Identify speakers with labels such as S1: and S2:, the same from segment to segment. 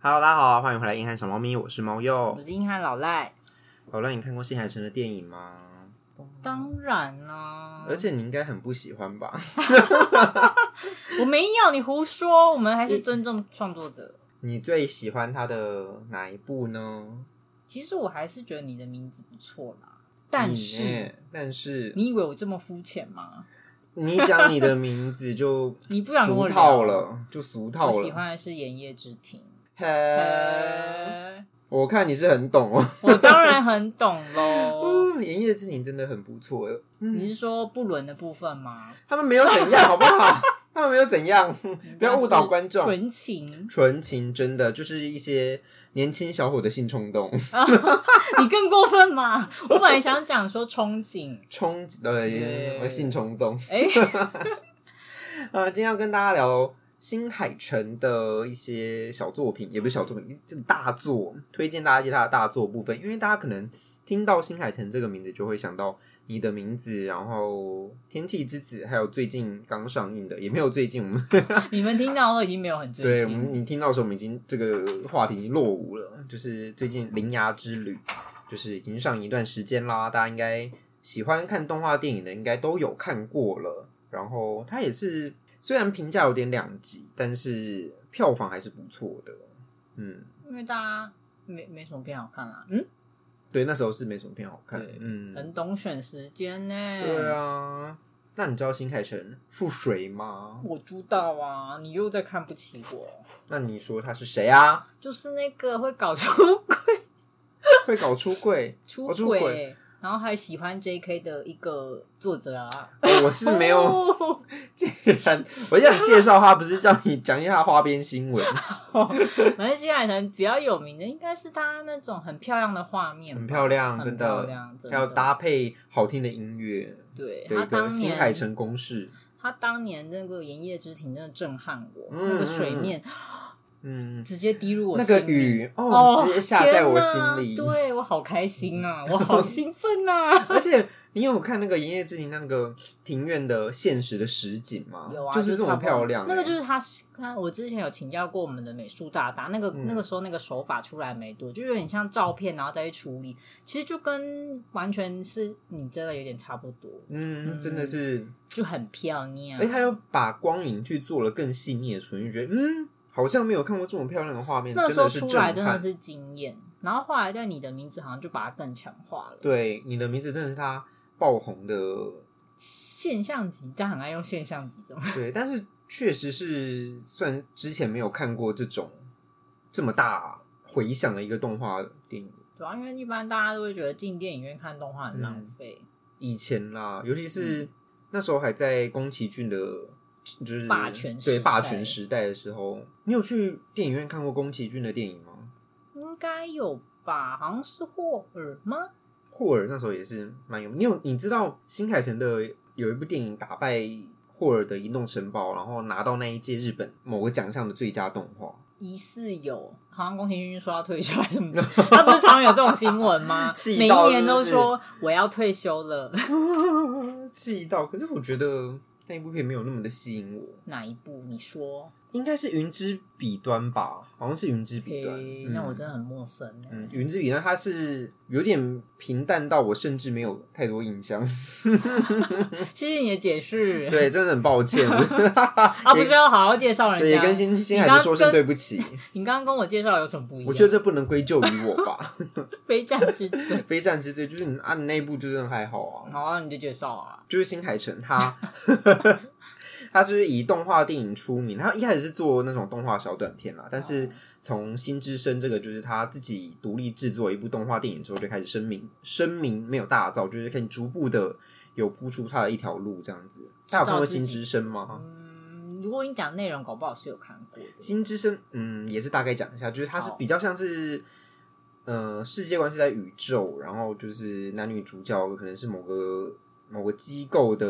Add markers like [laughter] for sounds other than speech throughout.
S1: Hello，大家好，欢迎回来《硬汉小猫咪》，我是猫鼬
S2: 我。是硬汉老赖，
S1: 老赖，你看过新海诚的电影吗？
S2: 当然啦、
S1: 而且你应该很不喜欢吧？ [laughs]
S2: 我没有你胡说，我们还是尊重创作者。
S1: 你最喜欢他的哪一部呢？
S2: 其实我还是觉得你的名字不错啦，但
S1: 你
S2: 是
S1: 耶哎但是
S2: 你以为我这么肤浅吗？
S1: 你讲你的名字就
S2: [laughs] 你不想跟
S1: 俗
S2: 我聊
S1: 套了，就俗套
S2: 我
S1: 了。
S2: 喜欢的是《盐业之庭
S1: 嘿》
S2: 呃，
S1: 我看你是很懂哦。
S2: [laughs]
S1: [laughs]
S2: 我当然很懂喽。
S1: 嗯，言叶之庭真的很不错耶。
S2: 你是说不伦的部分吗？
S1: 他们没有怎样，好
S2: [laughs]
S1: 不好？他们没有怎样，不要误导观众。
S2: 纯情，
S1: 纯情真的就是一些年轻小伙的性冲动、
S2: 你更过分嘛！我本来想讲说憧憬，
S1: [laughs] 冲呃
S2: 对
S1: 和性冲动。 [laughs]
S2: 哎、
S1: 呃，今天要跟大家聊新海诚的一些小作品，也不是小作品，就是大作，推荐大家一些他的大作部分，因为大家可能听到新海诚这个名字就会想到。你的名字，然后《天气之子》，还有最近刚上映的，也没有最近我们
S2: 你们听到都已经没有很尊
S1: 对，我
S2: 敬。
S1: 们你听到的时候，我们已经这个话题已经落伍了。就是最近《铃芽之旅》，就是已经上一段时间啦，大家应该喜欢看动画电影的，应该都有看过了。然后它也是虽然评价有点两极，但是票房还是不错的。嗯，
S2: 因为大家没没什么变好看啊，嗯，
S1: 对，那时候是没什么片好看
S2: 对。
S1: 嗯，
S2: 很懂选时间呢、
S1: 对，啊。那你知道新海诚是谁吗？
S2: 我知道啊，你又在看不起我，
S1: 那你说他是谁
S2: [laughs]
S1: 啊？
S2: 就是那个会搞
S1: [laughs]
S2: 出轨
S1: 会搞出柜？
S2: 出
S1: 哦出
S2: 轨，
S1: 轨
S2: 然后还喜欢 J.K. 的一个作者啊，
S1: 哦我是没有。
S2: 哦
S1: 竟然，我想介绍他，不是叫你讲一下花边新闻，
S2: 反正新海诚比较有名的应该是他那种很漂亮的画面吧，
S1: 很漂亮，真
S2: 很漂
S1: 的，
S2: 亮，真
S1: 还有搭配好听的音乐，
S2: 对
S1: 有
S2: 他
S1: 一个
S2: 当
S1: 新海
S2: 年
S1: 诚公式，
S2: 他当年那个《盐业之庭》真的震撼我，
S1: 嗯
S2: 那个水
S1: 嗯嗯
S2: 面
S1: 嗯，
S2: 直接滴入我
S1: 那个
S2: 心里
S1: 雨
S2: 哦
S1: 哦，，直接下在我心里。
S2: 天哪对我好开心
S1: [laughs]
S2: 啊，我好兴奋啊！
S1: 而且你有看那个《营业之庭》那个庭院的现实的实景吗？
S2: [laughs] 有啊，
S1: 就是这
S2: 差
S1: 么
S2: 不多
S1: 漂亮欸，
S2: 那个就是他，他我之前有请教过我们的美术大大，那个、
S1: 嗯
S2: 那个时候那个手法出来没多，就有点像照片，然后再去处理，其实就跟完全是你真的有点差不多，
S1: 嗯，
S2: 嗯
S1: 真的是，
S2: 就很漂亮。
S1: 哎，他又把光影去做了更细腻的处理，觉得嗯，好像没有看过这种漂亮的画面，
S2: 那时候
S1: 是
S2: 出
S1: 震
S2: 来真的
S1: 撼。
S2: 是惊艳，然后后来在你的名字好像就把它更强化了。
S1: 对，你的名字真的是他爆红的
S2: 现象级，但很爱用现象级这种。 [laughs]
S1: 对，但是确实是算之前没有看过这种这么大回响的一个动画电影。
S2: 主啊要因为一般大家都会觉得进电影院看动画很
S1: 嗯
S2: 浪费，
S1: 以前啦，尤其
S2: 嗯
S1: 是那时候还在宫崎骏的，就是
S2: 霸权时代
S1: 对霸权时代的时候，你有去电影院看过宫崎骏的电影吗？
S2: 应该有吧？好像是霍尔吗？
S1: 霍尔那时候也是蛮有，你有你知道新海诚的有一部电影打败霍尔的《移动城堡》，然后拿到那一届日本某个奖项的最佳动画。
S2: 疑似有，好像宫崎骏说要退休还是什么
S1: [laughs]
S2: 的，他不是常常有这种新闻吗
S1: 气？
S2: 每一
S1: 到
S2: 年
S1: 是不
S2: 都
S1: 是
S2: 说我要退休了，
S1: [laughs] 气到。可是我觉得那一部片没有那么的吸引我，
S2: 哪一部？你说？
S1: 应该是《云之彼端》吧？好像是《云之彼
S2: 嘿
S1: 端》嗯
S2: 那我真的很陌生欸。
S1: 嗯，《云之彼端》它是有点平淡到我甚至没有太多印象。 [laughs]
S2: 谢谢你的解释。
S1: 对，真的很
S2: [laughs]
S1: 抱歉。
S2: 啊，不是要好好介绍人
S1: 对， [laughs] 也
S2: 家？
S1: 跟新新海诚说声
S2: 你刚哎
S1: 对
S2: [laughs]
S1: 不起。
S2: 你刚刚跟我介绍有什么不一样？
S1: 我觉得这不能归咎于我吧，
S2: 非战之
S1: [laughs]
S2: 罪。
S1: 非战之罪就是你啊，你那一部就真的还好啊。
S2: 好啊，你就介绍啊。
S1: 就是新海诚他，他是以动画电影出名。他一开始是做那种动画小短片啦，但是从《新之声》这个就是他自己独立制作一部动画电影之后，就开始声明声明没有大造，就是可以逐步的有铺出他的一条路这样子。大家有看过《新之声》吗？
S2: 嗯，如果你讲内容，搞不好是有看过的。
S1: 新之声，嗯，也是大概讲一下，就是它是
S2: 好
S1: 比较像是，呃，世界观是在宇宙，然后就是男女主角可能是某个某个机构的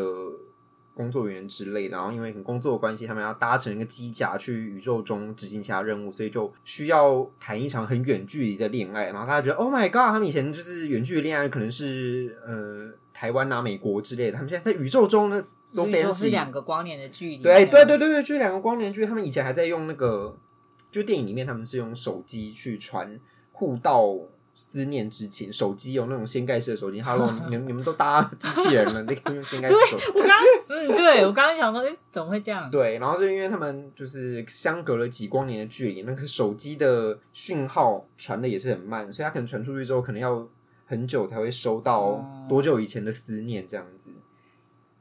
S1: 工作人员之类的，然后因为可能工作的关系，他们要搭乘一个机甲去宇宙中执行其他任务，所以就需要谈一场很远距离的恋爱，然后大家觉得 Oh my God，他们以前就是远距离恋爱可能是呃台湾啊、美国之类的，他们现在在宇宙中呢，so
S2: 所以说是
S1: fancy，
S2: 嗯两个光年的距离。
S1: 对对
S2: 对，
S1: 对对对，就是两个光年剧，他们以前还在用那个，就电影里面他们是用手机去传互道思念之情，手机有那种掀盖式的手机。Hello，你们你们都搭机器人了，你可以用掀盖式手机。
S2: 我刚嗯，对我刚刚想说，哎、怎么会这样？
S1: 对，然后是因为他们就是相隔了几光年的距离，那个手机的讯号传的也是很慢，所以它可能传出去之后，可能要很久才会收到
S2: 哦
S1: 多久以前的思念这样子。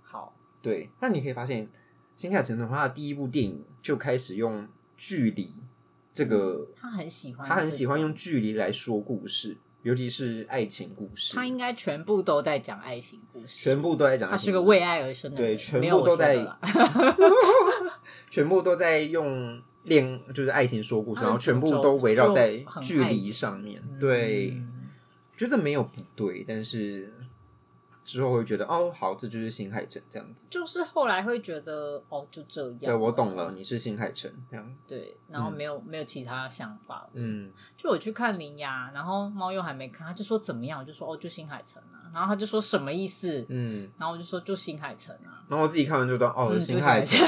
S2: 好，
S1: 对，那你可以发现，新海诚的话，他的第一部电影就开始用距离这个，
S2: 他很嗯喜欢，
S1: 他很喜欢，用距离来说故事，尤其是爱情故事，
S2: 他应该全部都在讲爱情故事，
S1: 全部都在讲
S2: 他
S1: 爱
S2: 是
S1: 情
S2: 个
S1: 故事
S2: 为爱而生的人，
S1: 对全
S2: 没有
S1: 部
S2: 我说
S1: 都
S2: 的
S1: 在
S2: [laughs] 啦
S1: [laughs] 全部都在用恋，就是爱情说故事，
S2: 他们
S1: 然后全部
S2: 主轴
S1: 都围绕在
S2: 就很
S1: 距
S2: 爱
S1: 离
S2: 情
S1: 上面。对，
S2: 嗯
S1: 觉得没有不对，但是之后会觉得哦，好，这就是新海诚这样子。
S2: 就是后来会觉得哦，就这样。
S1: 对，我懂了，。你是新海诚这样。
S2: 对，然后
S1: 嗯
S2: 没有、没有其他想法了。
S1: 嗯，
S2: 就我去看林雅，然后猫又还没看，他就说怎么样？我就说哦，就新海诚啊。然后他就说什么意思？
S1: 嗯，
S2: 然后我就说就新海诚
S1: [laughs]
S2: 啊。
S1: 然后我自己看完就当哦，
S2: 嗯
S1: 新海诚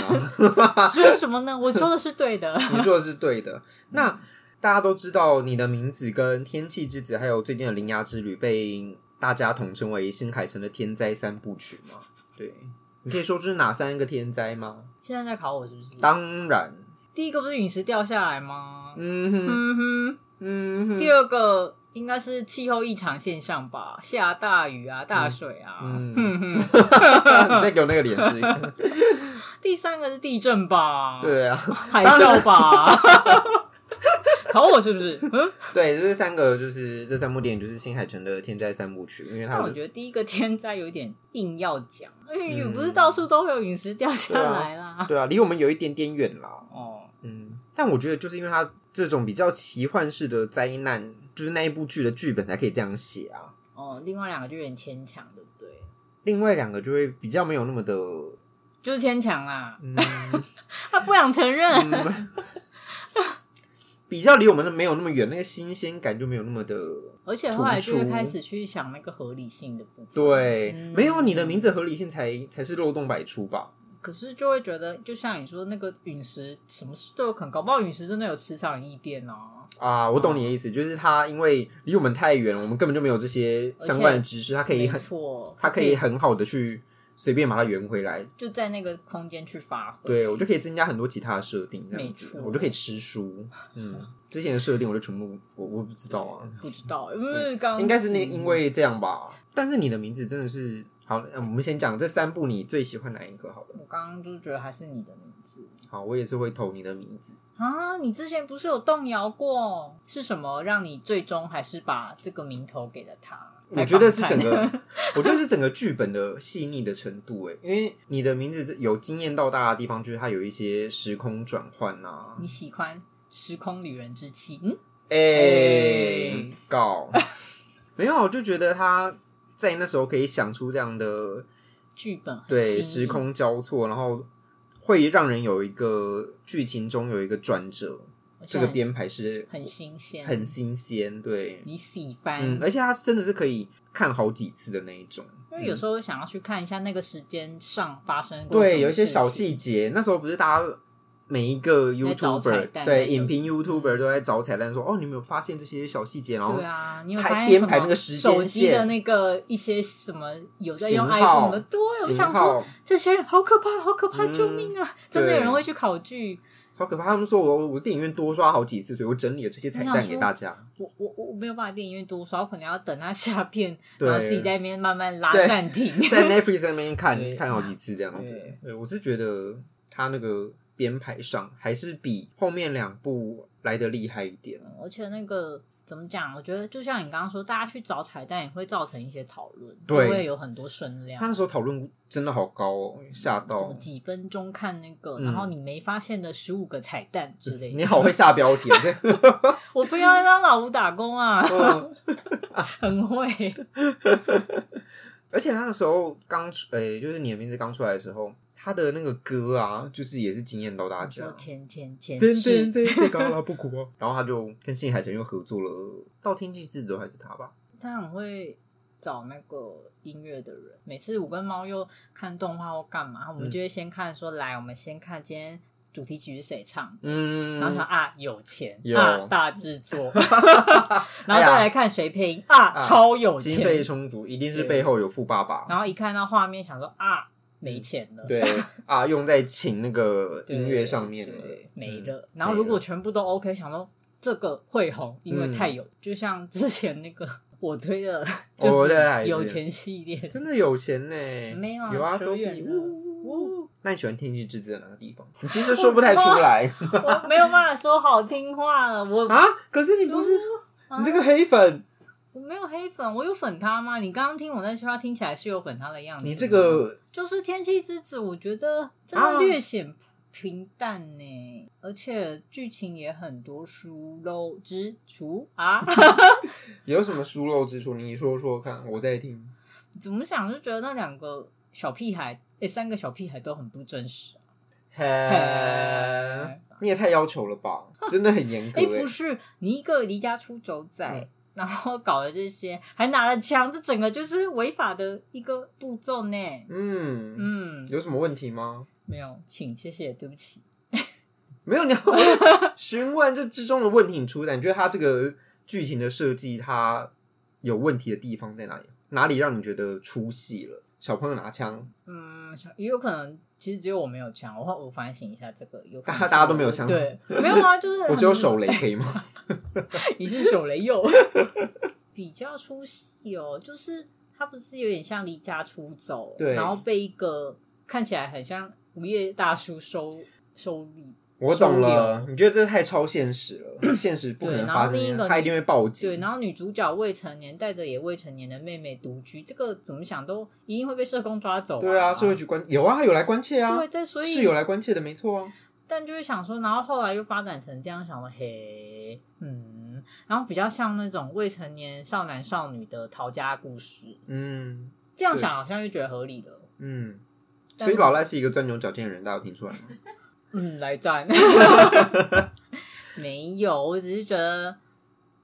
S2: [laughs]
S1: 啊，
S2: 说什么呢？我说的是对的。 [laughs]
S1: 你说的是对的。那大家都知道，你的名字跟《天气之子》还有最近的《铃芽之旅》被大家统称为新海诚的天灾三部曲嘛？对，你可以说这是哪三个天灾吗？
S2: 现在在考我是不是？
S1: 当然，
S2: 第一个不是陨石掉下来吗？
S1: 嗯哼，
S2: 嗯
S1: 嗯
S2: 哼。
S1: 哼，
S2: 第二个应该是气候异常现象吧，下大雨啊，大水啊。
S1: 嗯
S2: 嗯哼。
S1: 你再给我那个脸试一看。
S2: 第三个是地震吧？。
S1: 对啊，
S2: 海啸
S1: [laughs]
S2: 吧？考我是不是？嗯，
S1: 对，这三个就是这三部电影就是新海诚的《天灾三部曲》，因为
S2: 但
S1: 它
S2: 我
S1: 是
S2: 觉得第一个天灾有点硬要讲，因为
S1: 嗯
S2: 不是到处都会有陨石掉下来啦。
S1: 对啊，离我们有一点点远啦。
S2: 哦，
S1: 嗯，但我觉得就是因为它这种比较奇幻式的灾难，就是那一部剧的剧本才可以这样写啊。
S2: 哦，另外两个就有点牵强，对不对？
S1: 另外两个就会比较没有那么的，
S2: 就是牵强啦，
S1: 嗯，
S2: 他不想承认。
S1: 嗯 [laughs] 比较离我们的没有那么远，那个新鲜感就没有那么的。
S2: 而且后来就
S1: 突
S2: 会
S1: 出
S2: 开始去想那个合理性的部分。
S1: 对，
S2: 嗯
S1: 没有你的名字合理性才才是漏洞百出吧？
S2: 可是就会觉得，就像你说那个陨石，什么事都有可能，搞不好陨石真的有磁场异变哦。
S1: 啊，我懂你的意思，就是他因为离我们太远了，我们根本就没有这些相关的知识，他可以
S2: 没
S1: 很，
S2: 错，嗯
S1: 他可以很好的去随便把它圆回来。
S2: 就在那个空间去发挥。
S1: 对，我就可以增加很多其他的设定，这样子，
S2: 没错
S1: 我就可以吃书。嗯，之前的设定我就全部我我不知道啊，
S2: 不知道，因为刚
S1: 应该是那因为这样吧。但是你的名字真的是好，呃我们先讲这三部，你最喜欢哪一个？好了，
S2: 我刚刚就觉得还是你的名字
S1: 好，我也是会投你的名字。
S2: 啊！你之前不是有动摇过？是什么让你最终还是把这个名头给了他？
S1: 我觉得是
S2: 还
S1: 整
S2: 帮他，
S1: 个，我觉得是整个剧本的细腻的程度，哎，因为你的名字是有惊艳到大家的地方，就是它有一些时空转换呐
S2: 你喜欢时空旅人之气，嗯，
S1: 哎、
S2: 哎 [laughs]
S1: 告，没有，我就觉得他在那时候可以想出这样的
S2: 剧本很新
S1: 对
S2: 颖
S1: 时空交错，然后会让人有一个剧情中有一个转折，
S2: 而且
S1: 这个
S2: 很
S1: 编排是
S2: 很新鲜，
S1: 很新鲜，对，
S2: 你喜欢，
S1: 嗯，而且它真的是可以看好几次的那一种，嗯
S2: 因为有时候想要去看一下那个时间上发生过什
S1: 对，
S2: 么
S1: 有一些小
S2: 事情，
S1: 细节。那时候不是大家每一个
S2: 找彩
S1: YouTuber
S2: 蛋
S1: 对
S2: 那个
S1: 影评 YouTuber 都在找彩蛋，说哦，你们有发现这些小细节，然后
S2: 对啊，你有
S1: 排
S2: 发现
S1: 编
S2: 什
S1: 排
S2: 么
S1: 那个时间
S2: 手机
S1: 线
S2: 的那个一些什么有在用
S1: 型号
S2: iPhone 的，对，我
S1: 型
S2: 想说
S1: 号
S2: 这些人好可怕，好可怕，
S1: 嗯
S2: 救命啊！真的有人会去考据，
S1: 超可怕。他们说我我电影院多刷好几次，所以我整理了这些彩
S2: 我
S1: 蛋
S2: 想说
S1: 给大家。
S2: 我我我我没有办法电影院多刷，我可能要等它下片，
S1: 对
S2: 然后自己在那边慢慢拉
S1: 对
S2: 暂停。 [laughs]
S1: 在 Netflix 上面看
S2: 对
S1: 看好几次这样子
S2: 对。
S1: 对，我是觉得他那个编排上还是比后面两部来的厉害一点。
S2: 嗯而且那个怎么讲？我觉得就像你刚刚说，大家去找彩蛋也会造成一些讨论，
S1: 对
S2: 就会有很多声量
S1: 他。那时候讨论真的好高哦，吓
S2: 什么
S1: 到！
S2: 几分钟看那个，
S1: 嗯
S2: 然后你没发现的十五个彩蛋之类的。
S1: [laughs] 你好会下标题哦， [laughs] 这
S2: [laughs] 我不要让老吴打工啊，
S1: 嗯
S2: 很会。
S1: 而且他那时候刚出，诶、就是你的名字刚出来的时候，他的那个歌啊，就是也是惊艳 [laughs] 到大
S2: 你说
S1: 家。
S2: 天天天
S1: 真真
S2: 是
S1: 真是高拉布谷
S2: [laughs]
S1: 哦，然后他就跟新海诚又合作了，到天气之子都还是他吧？
S2: 他很会找那个音乐的人。
S1: 嗯
S2: 每次我跟猫又看动画或干嘛，我们就会先看说，来，我们先看今天主题曲是谁唱，
S1: 嗯，
S2: 然后想啊有钱
S1: 有哎
S2: 啊大制
S1: [laughs]
S2: 作，然后再来看谁配音啊
S1: 啊
S2: 超有
S1: 经费
S2: 钱，
S1: 充足，一定是背后有富爸爸。
S2: 然后一看到画面想说啊没钱了，
S1: 对
S2: [laughs]
S1: 啊，用在请那个
S2: 对，
S1: 音乐上面了
S2: 对，没
S1: 嗯。
S2: 了。然后如果全部都 OK，想说这个会红，因为
S1: 嗯哦
S2: 太有，就像之前那个 [laughs] 我推的，就
S1: 我再来
S2: 是
S1: 一遍
S2: 有钱系列，
S1: 真的有钱呢、
S2: 没有啊
S1: 有啊，
S2: 扯
S1: 手
S2: 远
S1: 比
S2: 了
S1: 呜呜。那你喜欢天气之子的哪个地方？ [laughs] 你其实说不太出
S2: [laughs]
S1: 来
S2: 我没有办法说好听话了，我
S1: 啊，可是你不是
S2: 啊
S1: 你这个黑粉，
S2: 我没有黑粉，我有粉他吗？你刚刚听我那句话，听起来是有粉他的样子。
S1: 你这个
S2: 就是天气之子，我觉得真的
S1: 啊
S2: 略显平淡呢，而且剧情也很多疏漏之处
S1: [laughs]
S2: 啊。
S1: 有什么疏漏之处？你说说看，我在听。
S2: 怎么想就觉得那两个小屁孩，哎、三个小屁孩都很不真实、啊。
S1: 嘿
S2: 嘿，
S1: 你也太要求了吧，真的很严格、
S2: 哎、
S1: 欸。
S2: 不是，你一个离家出走仔，
S1: 嗯
S2: 然后搞了这些，还拿了枪，这整个就是违法的一个步骤呢。
S1: 嗯，
S2: 嗯，
S1: 有什么问题吗？
S2: 没有，请谢谢，对不起。
S1: 没有，你要询问这之中的问题，你出在你觉得他这个剧情的设计，它有问题的地方在哪里？哪里让你觉得出戏了？小朋友
S2: [laughs]
S1: 拿枪，
S2: 嗯，想也有可能，其实只有我没有枪，我我反省一下这个，有可能
S1: 大
S2: 是
S1: 大家都
S2: 我
S1: 没有枪
S2: 对，没有啊，就是
S1: 我只有
S2: 很
S1: 手雷可以吗？
S2: [laughs] 你是手雷右， [laughs] 比较出戏哦，就是他不是有点像离家出走，
S1: 对
S2: 然后被一个看起来很像午夜大叔收收礼，
S1: 我懂了，你觉得这太超现实了，现实不可能
S2: 对然后
S1: 发生这
S2: 另一
S1: 件
S2: 个
S1: 事，他一定会报警。
S2: 对，然后女主角未成年，带着也未成年的妹妹独居，这个怎么想都一定会被社工抓走、
S1: 对啊，社会局关有啊，有来关切啊，
S2: 对，但所以
S1: 是有来关切的，没错啊。
S2: 但就是想说，然后后来又发展成这样，想说嘿，嗯，然后比较像那种未成年少男少女的逃家故事，
S1: 嗯
S2: 这样
S1: 对
S2: 想好像就觉得合理了。
S1: 嗯，
S2: 但
S1: 所以老赖是一个钻牛角尖的人，大家有听出来吗？
S2: 嗯，来战。 [laughs] 没有，我只是觉得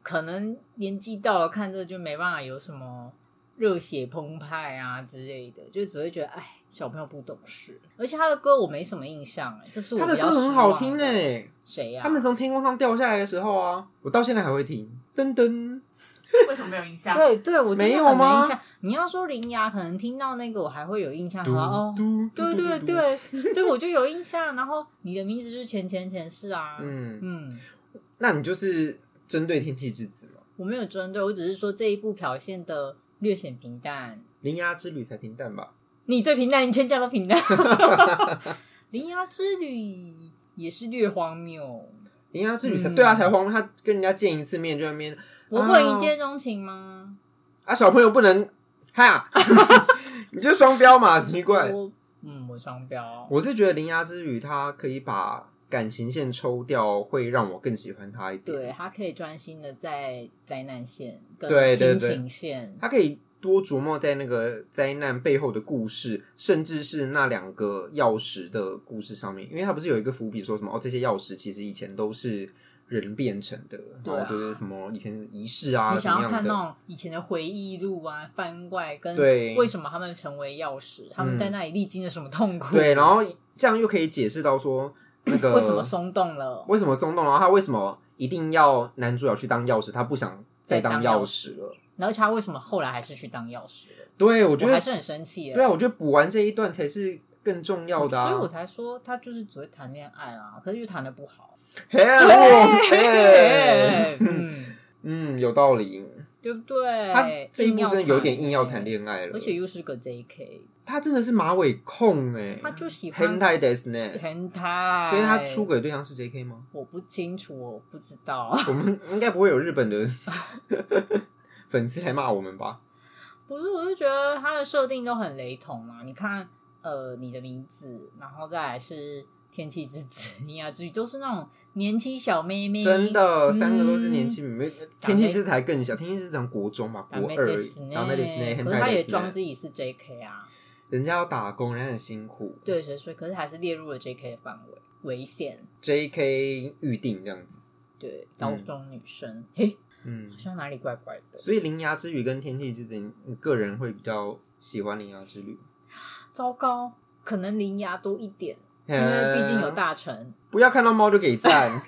S2: 可能年纪到了，看这就没办法有什么热血澎湃啊之类的，就只会觉得哎，小朋友不懂事。而且他的歌我没什么印象、哎，这是我
S1: 他的
S2: 比较
S1: 歌很
S2: 失
S1: 好
S2: 望
S1: 听欸
S2: 的
S1: 呢、
S2: 谁啊呀、
S1: 他们从天空上掉下来的时候啊，我到现在还会听。噔噔，
S3: [laughs] 为什么没有印象？
S2: 对对，我真
S1: 没
S2: 的
S1: 有
S2: 很没印
S1: 吗
S2: 象。你要说铃芽，可能听到那个我还会有印象，
S1: 嘟
S2: 说哦，
S1: 嘟，
S2: 对
S1: 嘟
S2: 对，
S1: 嘟嘟嘟
S2: 对，这个我就有印象。然后你的名字就是前前前世啊，
S1: 嗯，
S2: 嗯，
S1: 那你就是针对天气之子嘛？
S2: 我没有针对，我只是说这一部表现的略显平淡。
S1: 铃芽之旅才平淡吧？
S2: 你最平淡，你全家都平
S1: [laughs]
S2: 淡。铃芽之旅也是略荒谬。
S1: 铃芽之旅才、
S2: 嗯
S1: 对啊，才荒谬，他跟人家见一次面就在那边
S2: 我会一见钟情吗？
S1: 啊，小朋友不能 [laughs] 哈，你就双标嘛，奇怪。
S2: 我嗯，我双标。
S1: 我是觉得《铃芽之旅》它可以把感情线抽掉，会让我更喜欢它一点。
S2: 对，他可以专心的在灾难线跟
S1: 对对
S2: 亲
S1: 对
S2: 情线。
S1: 它可以多琢磨在那个灾难背后的故事，甚至是那两个钥匙的故事上面，因为它不是有一个伏笔说什么哦，这些钥匙其实以前都是人变成的，
S2: 对啊
S1: 然后就是什么以前的仪式啊，
S2: 你
S1: 什
S2: 想要
S1: 么样
S2: 看那
S1: 的。
S2: 种以前的回忆录啊、番外，跟
S1: 对嗯
S2: 为什么他们成为钥匙，他们在那里历经了什么痛苦，
S1: 对，然后这样又可以解释到说那个
S2: 为什么松动了，
S1: 为什么松动？然后他为什么一定要男主角去当钥匙？他不想再当钥匙了。
S2: 然后他为什么后来还是去当钥匙了？
S1: 对，我
S2: 我
S1: 觉
S2: 还
S1: 得
S2: 是很生气耶。
S1: 对啊，我觉得补完这一段才是更重要的、啊。
S2: 所以我才说他就是只会谈恋爱啊，可是就谈的不
S1: [laughs]
S2: 好。
S1: 嘿啊哦
S2: 哎
S1: 嘿
S2: [laughs]
S1: [laughs]
S2: 嗯，
S1: 嗯，有道理。
S2: 对不
S1: 他
S2: 对？
S1: 这一部
S2: 硬要
S1: 真
S2: 谈
S1: 的有点硬要谈恋爱了，
S2: 而且又是个 JK，
S1: 他真的是马尾控哎、
S2: 他就喜欢
S1: hentai des 呢，
S2: 很太，
S1: 所以他出轨对象是 J.K. 吗？
S2: 我不清楚，我不知道。 [laughs]
S1: 我们应该不会有日本的粉丝来骂我们吧？
S2: 不是，我就觉得它的设定都很雷同嘛。你看，呃，你的名字，然后再来是天气之子、尼亚之语，都是那种年轻小妹妹，
S1: 真的，三个都是
S2: 嗯
S1: 年轻妹妹，天气之才更小，天气之才国中吧，
S2: 打
S1: 国
S2: 妹
S1: 二
S2: 的死，呢
S1: 打妹的死呢，hentai
S2: 可是他也
S1: des
S2: 装
S1: 呢
S2: 自己是 JK 啊，
S1: 人家要打工，人家很辛苦。
S2: 对，所以所以可是还是列入了 JK 的范围，危险，
S1: J.K. 预定这样子，
S2: 对，高中女生，嘿、
S1: 嗯
S2: 好，像哪里怪怪的。
S1: 所以《铃芽之旅》跟《天气之子》，你你个人会比较喜欢《铃芽之旅》。
S2: 糟糕，可能铃芽多一点，
S1: 因
S2: 因为毕竟有大成，
S1: 嗯不要看到猫就给
S2: [laughs]
S1: 赞，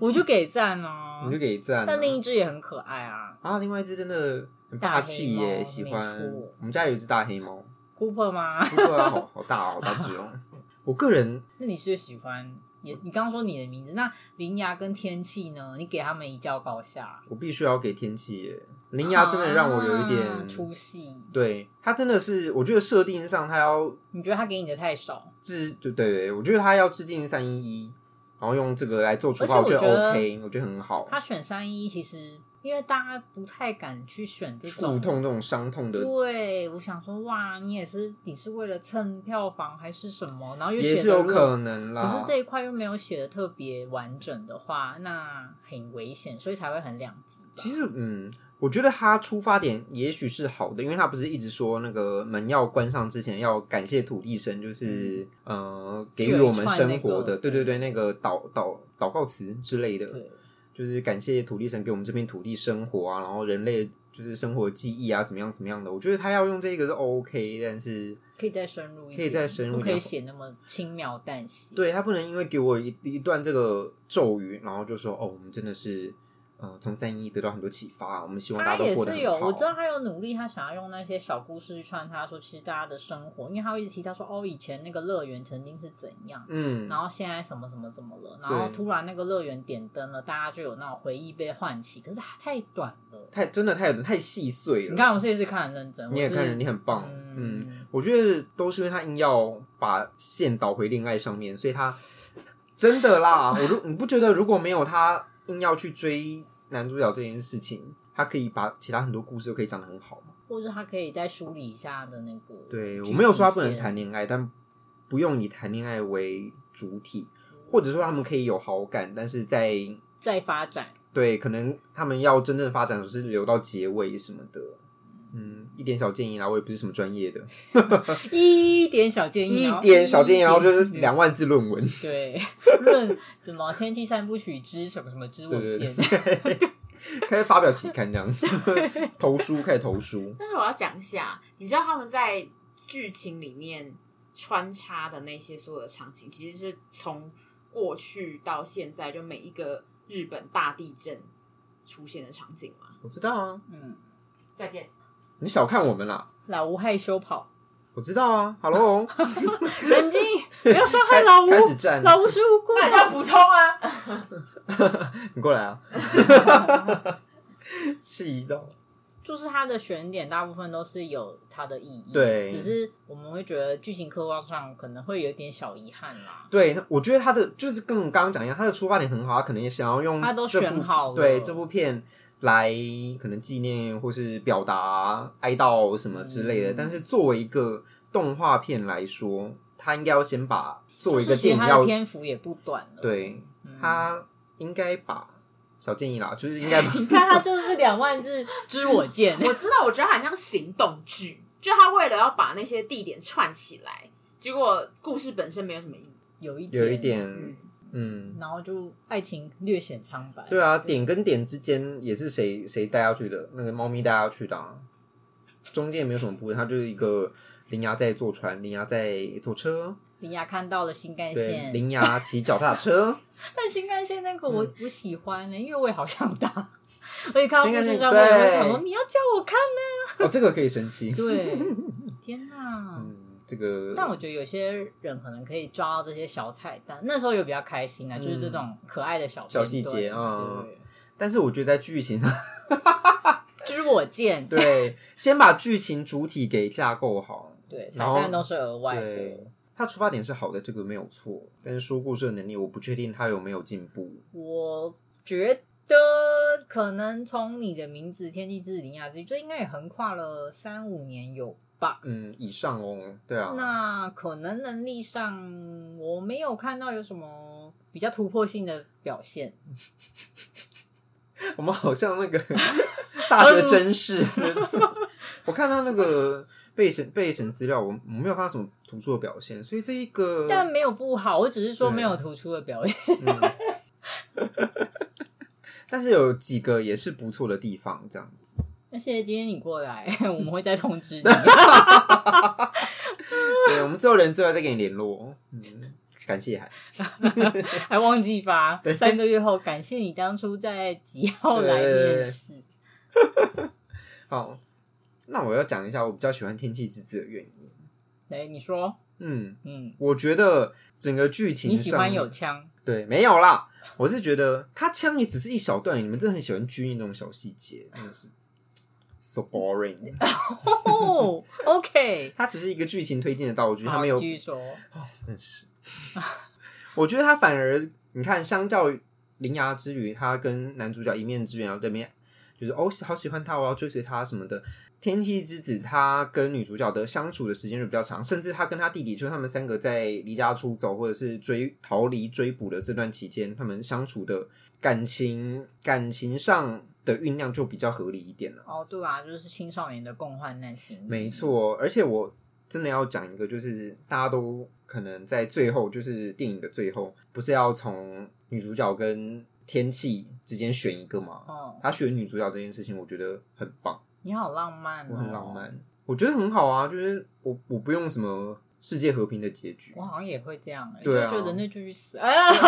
S2: 我就给赞哦
S1: [laughs] 你。就给赞啊、
S2: 但另一只也很可爱啊
S1: 啊，另外一只真的很霸气
S2: 大黑
S1: 耶，
S2: 猫
S1: 喜
S2: 没
S1: 欢
S2: 错。
S1: 我们家有一只大黑猫，
S2: ，Cooper 吗？ [laughs]
S1: 不过啊，好好大哦好大只哦。我个人
S2: 那你是喜欢你？你刚刚说你的名字，那铃芽跟天气呢？你给他们一较高下。
S1: 我必须要给天气耶，铃芽真的让我有一点，
S2: 啊出戏。
S1: 对它真的是，我觉得设定上它要
S2: 你觉得他给你的太少，
S1: 致，就对对，我觉得它要致敬三一一，然后用这个来做出发，
S2: 而
S1: 我
S2: 且
S1: 觉
S2: 我觉得
S1: OK，我觉得很好，
S2: 他选三一其实因为大家不太敢去选这
S1: 触
S2: 种。
S1: 痛这种伤痛的，
S2: 对，我想说，哇，你也是，你是为了蹭票房还是什么？然后又
S1: 也
S2: 写
S1: 是
S2: 的
S1: 有可能啦。
S2: 可是这一块又没有写的特别完整的话，那很危险，所以才会很两极吧。
S1: 其实，嗯，我觉得他出发点也许是好的，因为他不是一直说那个门要关上之前要感谢土地神，就是呃给予我
S2: 嗯就有一
S1: 们生活的，
S2: 串那个
S1: 对对对，那个祷祷祷告词之类的，
S2: 对，
S1: 就是感谢土地神给我们这片土地生活啊，然后人类就是生活记忆啊，怎么样怎么样的。我觉得他要用这个是 OK，但是
S2: 可以再深入一点，
S1: 可以再深入一
S2: 不可
S1: 点
S2: 以写那么轻描淡写。，
S1: 对他不能因为给我一一段这个咒语，然后就说哦，我们真的是。呃，从三一得到很多启发，我们希望大
S2: 他
S1: 家都
S2: 也
S1: 过得
S2: 是
S1: 很
S2: 有，
S1: 好。嗯
S2: 我知道他有努力，他想要用那些小故事去穿插说，其实大家的生活，因为他会一直提到说，哦，以前那个乐园曾经是怎样。
S1: 嗯，
S2: 然后现在什么什么怎么了？然后
S1: 对
S2: 突然那个乐园点灯了，大家就有那种回忆被唤起。可是它太短了。
S1: 太真的太太细碎
S2: 你
S1: 了。
S2: 看我这次看很认真，
S1: 你也
S2: 我是
S1: 看，你很棒，嗯
S2: 嗯，
S1: 我觉得都是因为他硬要把线导回恋爱上面，所以他真的 [laughs] 啦，我如你不觉得如果没有他硬要去追男主角这件事情，他可以把其他很多故事都可以讲得很好嘛？
S2: 或是他可以再梳理一下的那个。
S1: 对我没有说他不能谈，恋爱，但不用以谈恋爱为主体，或者说他们可以有好感，但是在
S2: 再发展。
S1: 对，可能他们要真正发展只是留到结尾什么的。嗯，一点小建议啦，我也不是什么专业的，
S2: 一点小建议
S1: 一
S2: 哦，
S1: 点小建议，然后就是
S2: 一点
S1: 两万字论文。
S2: 对论什么《天气三部曲》之什么什么之我
S1: 对对
S2: 见。
S1: [laughs] 开始发表期刊这样，投书开始投书，
S3: 但是我要讲一下，你知道他们在剧情里面穿插的那些所有的场景，其实是从过去到现在，就每一个日本大地震出现的场景嘛。
S1: 我知道啊，
S2: 嗯，
S3: 再见，
S1: 你小看我们啦，
S2: 老吴害羞跑，
S1: 我知道啊，Hello，
S2: [laughs] 冷静，不要伤害
S1: 开
S2: 老吴，
S1: 开始站，
S2: 老吴是无辜
S1: [laughs]
S3: 那
S2: 的。
S3: 要补充啊。
S1: 你过来啊， [laughs] 气到，
S2: 就是它的选点大部分都是有它的意义，
S1: 对
S2: 只是我们会觉得剧情刻画上可能会有点小遗憾啦。
S1: 对，那我觉得他的就是跟我们刚刚讲一样，他的出发点很好，他可能也想要用
S2: 他都
S1: 这部
S2: 选好了
S1: 对这部片来可能纪念或是表达哀悼什么之类的。
S2: 嗯
S1: 但是作为一个动画片来说，他应该要先把作为一
S2: 就
S1: 个
S2: 是其实
S1: 电影
S2: 它
S1: 要
S2: 的篇幅也不短了，，
S1: 对
S2: 嗯
S1: 他应该把小建议啦，就是应
S2: [laughs]
S1: 该把
S2: 你看它就是两万
S1: [laughs]
S2: 字知我见，
S3: [laughs] 我知道，我觉得很像行动剧，就他为了要把那些地点串起来，结果故事本身没有什么意义。
S2: [laughs] 有一点
S1: 有一点
S3: 嗯， [laughs]
S1: 嗯。
S2: 然后就爱情略显苍白。
S1: 对啊，点跟点之间也是谁谁带下去的，那个猫咪带下去的、啊，中间也没有什么部分，它就是一个铃芽在坐船，铃芽在坐车，
S2: 林雅看到了新干
S1: 对，
S2: 线，
S1: 铃芽骑脚踏
S2: [laughs]
S1: 车，
S2: 但新干线那个我、我喜欢呢、欸因为我也好想搭。 [laughs] 我也看到
S1: 嗯新
S2: 富
S1: 干线
S2: 士上面，我
S1: 对
S2: 就想说你要叫我看呢、
S1: 哦，这个可以生气， [laughs]
S2: 对，天哪！
S1: 嗯，这个，
S2: 但我觉得有些人可能可以抓到这些小彩蛋，那时候有比较开心啊，
S1: 嗯
S2: 就是这种可爱的小
S1: 小细节
S2: 啊
S1: 嗯。但是我觉得在剧情上，
S2: 知我见，对
S1: 对，先把剧情主体给架构好，
S2: 对，彩
S1: 然后
S2: 蛋都是额外的
S1: 对。，他出发点是好的，这个没有错，但是说故事的能力，我不确定他有没有进步，
S2: 我觉得可能从你的名字《天地之子林雅之》，这应该也横跨了三五年有吧。
S1: 嗯，以上哦，对啊，
S2: 那可能能力上，我没有看到有什么比较突破性的表现。
S1: [laughs] 我们好像那
S2: [laughs]
S1: 个大学真是， [laughs] 我看到那个备审备审资料，我我没有看到什么突出的表现，所以这一个，
S2: 但没有不好，我只是说
S1: 对
S2: 没有突出的表现。 [laughs]
S1: 嗯、 [laughs] 但是有几个也是不错的地方，这样
S2: [laughs]
S1: 子。
S2: 那谢谢今天你过来，我们会再通
S1: [laughs]
S2: 知你。 [laughs]
S1: 对，我们之后人资料再给你联络。嗯，感谢海，
S2: 还忘记发。三个月后，感谢你当初在几号来面试。
S1: 好，那我要讲一下我比较喜欢《天气之子》的原因。
S2: 来，哎你说，
S1: 嗯，
S2: 嗯，
S1: 我觉得整个剧情
S2: 你喜
S1: 上
S2: 欢有枪？
S1: 对没有啦，我是觉得他枪也只是一小段，你们真的很喜欢拘泥那种小细节，真的是 so boring。
S2: 哦，OK，
S1: [laughs] 它只是一个剧情推进的道具，它
S2: 好
S1: 没有
S2: 继续说。
S1: 哦，真是。我觉得他反而，你看，相较于铃芽之旅，他跟男主角一面之缘，然后对面就是哦，好喜欢他，我要追随他什么的。天气之子，他跟女主角的相处的时间就比较长，甚至他跟他弟弟，就是他们三个在离家出走或者是追逃离追捕的这段期间，他们相处的感情感情上的酝酿就比较合理一点了。
S2: 哦，对啊，就是青少年的共患难情。
S1: 没，错，而且我真的要讲一个，就是大家都可能在最后，就是电影的最后，不是要从女主角跟天气之间选一个吗？
S2: 哦，
S1: 他选女主角这件事情，我觉得很棒，
S2: 你好浪漫哦，
S1: 我很浪。漫，我觉得很好啊，就是我我不用什么世界和平的结局
S2: 我，好像也会这样、欸，
S1: 对啊
S2: 就觉得那就去
S1: [laughs]
S2: 死，哎呀，又